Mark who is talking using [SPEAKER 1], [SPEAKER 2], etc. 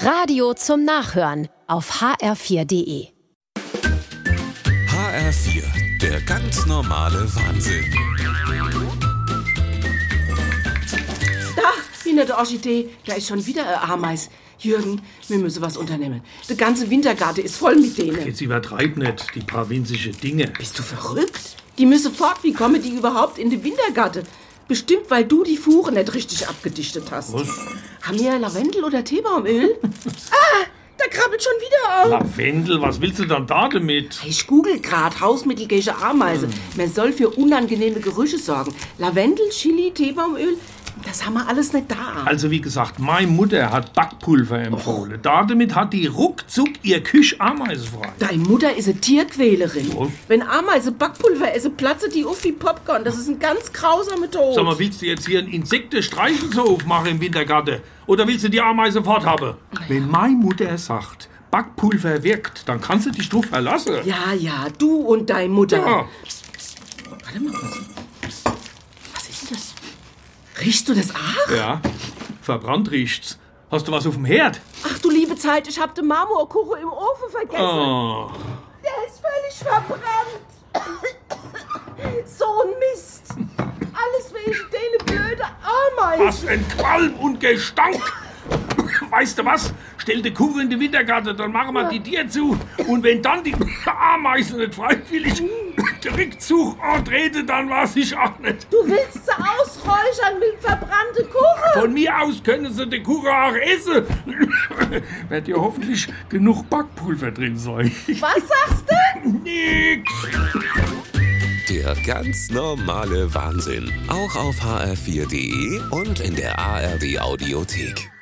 [SPEAKER 1] Radio zum Nachhören auf hr4.de.
[SPEAKER 2] HR4, der ganz normale Wahnsinn.
[SPEAKER 3] Da, die nette Orchidee, da ist schon wieder ein Ameis. Jürgen, wir müssen was unternehmen. Der ganze Wintergarten ist voll mit denen.
[SPEAKER 4] Jetzt übertreib nicht die paar winzige Dinge.
[SPEAKER 3] Bist du verrückt? Die müssen fort. Wie kommen die überhaupt in den Wintergarten? Bestimmt, weil du die Fuhre nicht richtig abgedichtet hast.
[SPEAKER 4] Was?
[SPEAKER 3] Haben wir Lavendel oder Teebaumöl? ah, da krabbelt schon wieder auf.
[SPEAKER 4] Lavendel, was willst du dann da damit?
[SPEAKER 3] Ich google grad Hausmittel gegen Ameisen. Man soll für unangenehme Gerüche sorgen. Lavendel, Chili, Teebaumöl, das haben wir alles nicht da.
[SPEAKER 4] Also wie gesagt, meine Mutter hat Backpulver empfohlen. Da Damit hat die ruckzuck ihr Küche ameisenfrei.
[SPEAKER 3] Deine Mutter ist eine Tierquälerin.
[SPEAKER 4] Was?
[SPEAKER 3] Wenn Ameise Backpulver esse, platze die auf wie Popcorn. Das ist ein ganz grausamer Tod.
[SPEAKER 4] Sag mal, willst du jetzt hier einen Insektenstreichel so aufmachen im Wintergarten? Oder willst du die Ameise forthaben? Wenn meine Mutter sagt, Backpulver wirkt, dann kannst du dich drauf verlassen.
[SPEAKER 3] ja, ja, du und deine Mutter.
[SPEAKER 4] Ja.
[SPEAKER 3] Warte mal kurz. Was ist denn das? Riechst du das auch?
[SPEAKER 4] ja. Verbrannt riecht's. Hast du was auf dem Herd?
[SPEAKER 3] Ach du liebe Zeit, ich hab den Marmorkuchen im Ofen vergessen.
[SPEAKER 4] Oh.
[SPEAKER 3] Der ist völlig verbrannt. so ein Mist. Alles wegen deine blöde Ameise.
[SPEAKER 4] Was ein Qualm und Gestank! Weißt du was? Stell die Kuh in die Wintergarten, dann machen wir die Tier zu. Und wenn dann die Ameisen nicht freiwillig direkt zu trete, dann weiß ich auch nicht.
[SPEAKER 3] Du willst sie ausräuchern mit verbrannten Kuchen.
[SPEAKER 4] Von mir aus können sie die Kuh auch essen. Wird ja hoffentlich genug Backpulver drin sein.
[SPEAKER 3] Was sagst du?
[SPEAKER 4] Nix!
[SPEAKER 2] Der ganz normale Wahnsinn. Auch auf hr4.de und in der ARD-Audiothek.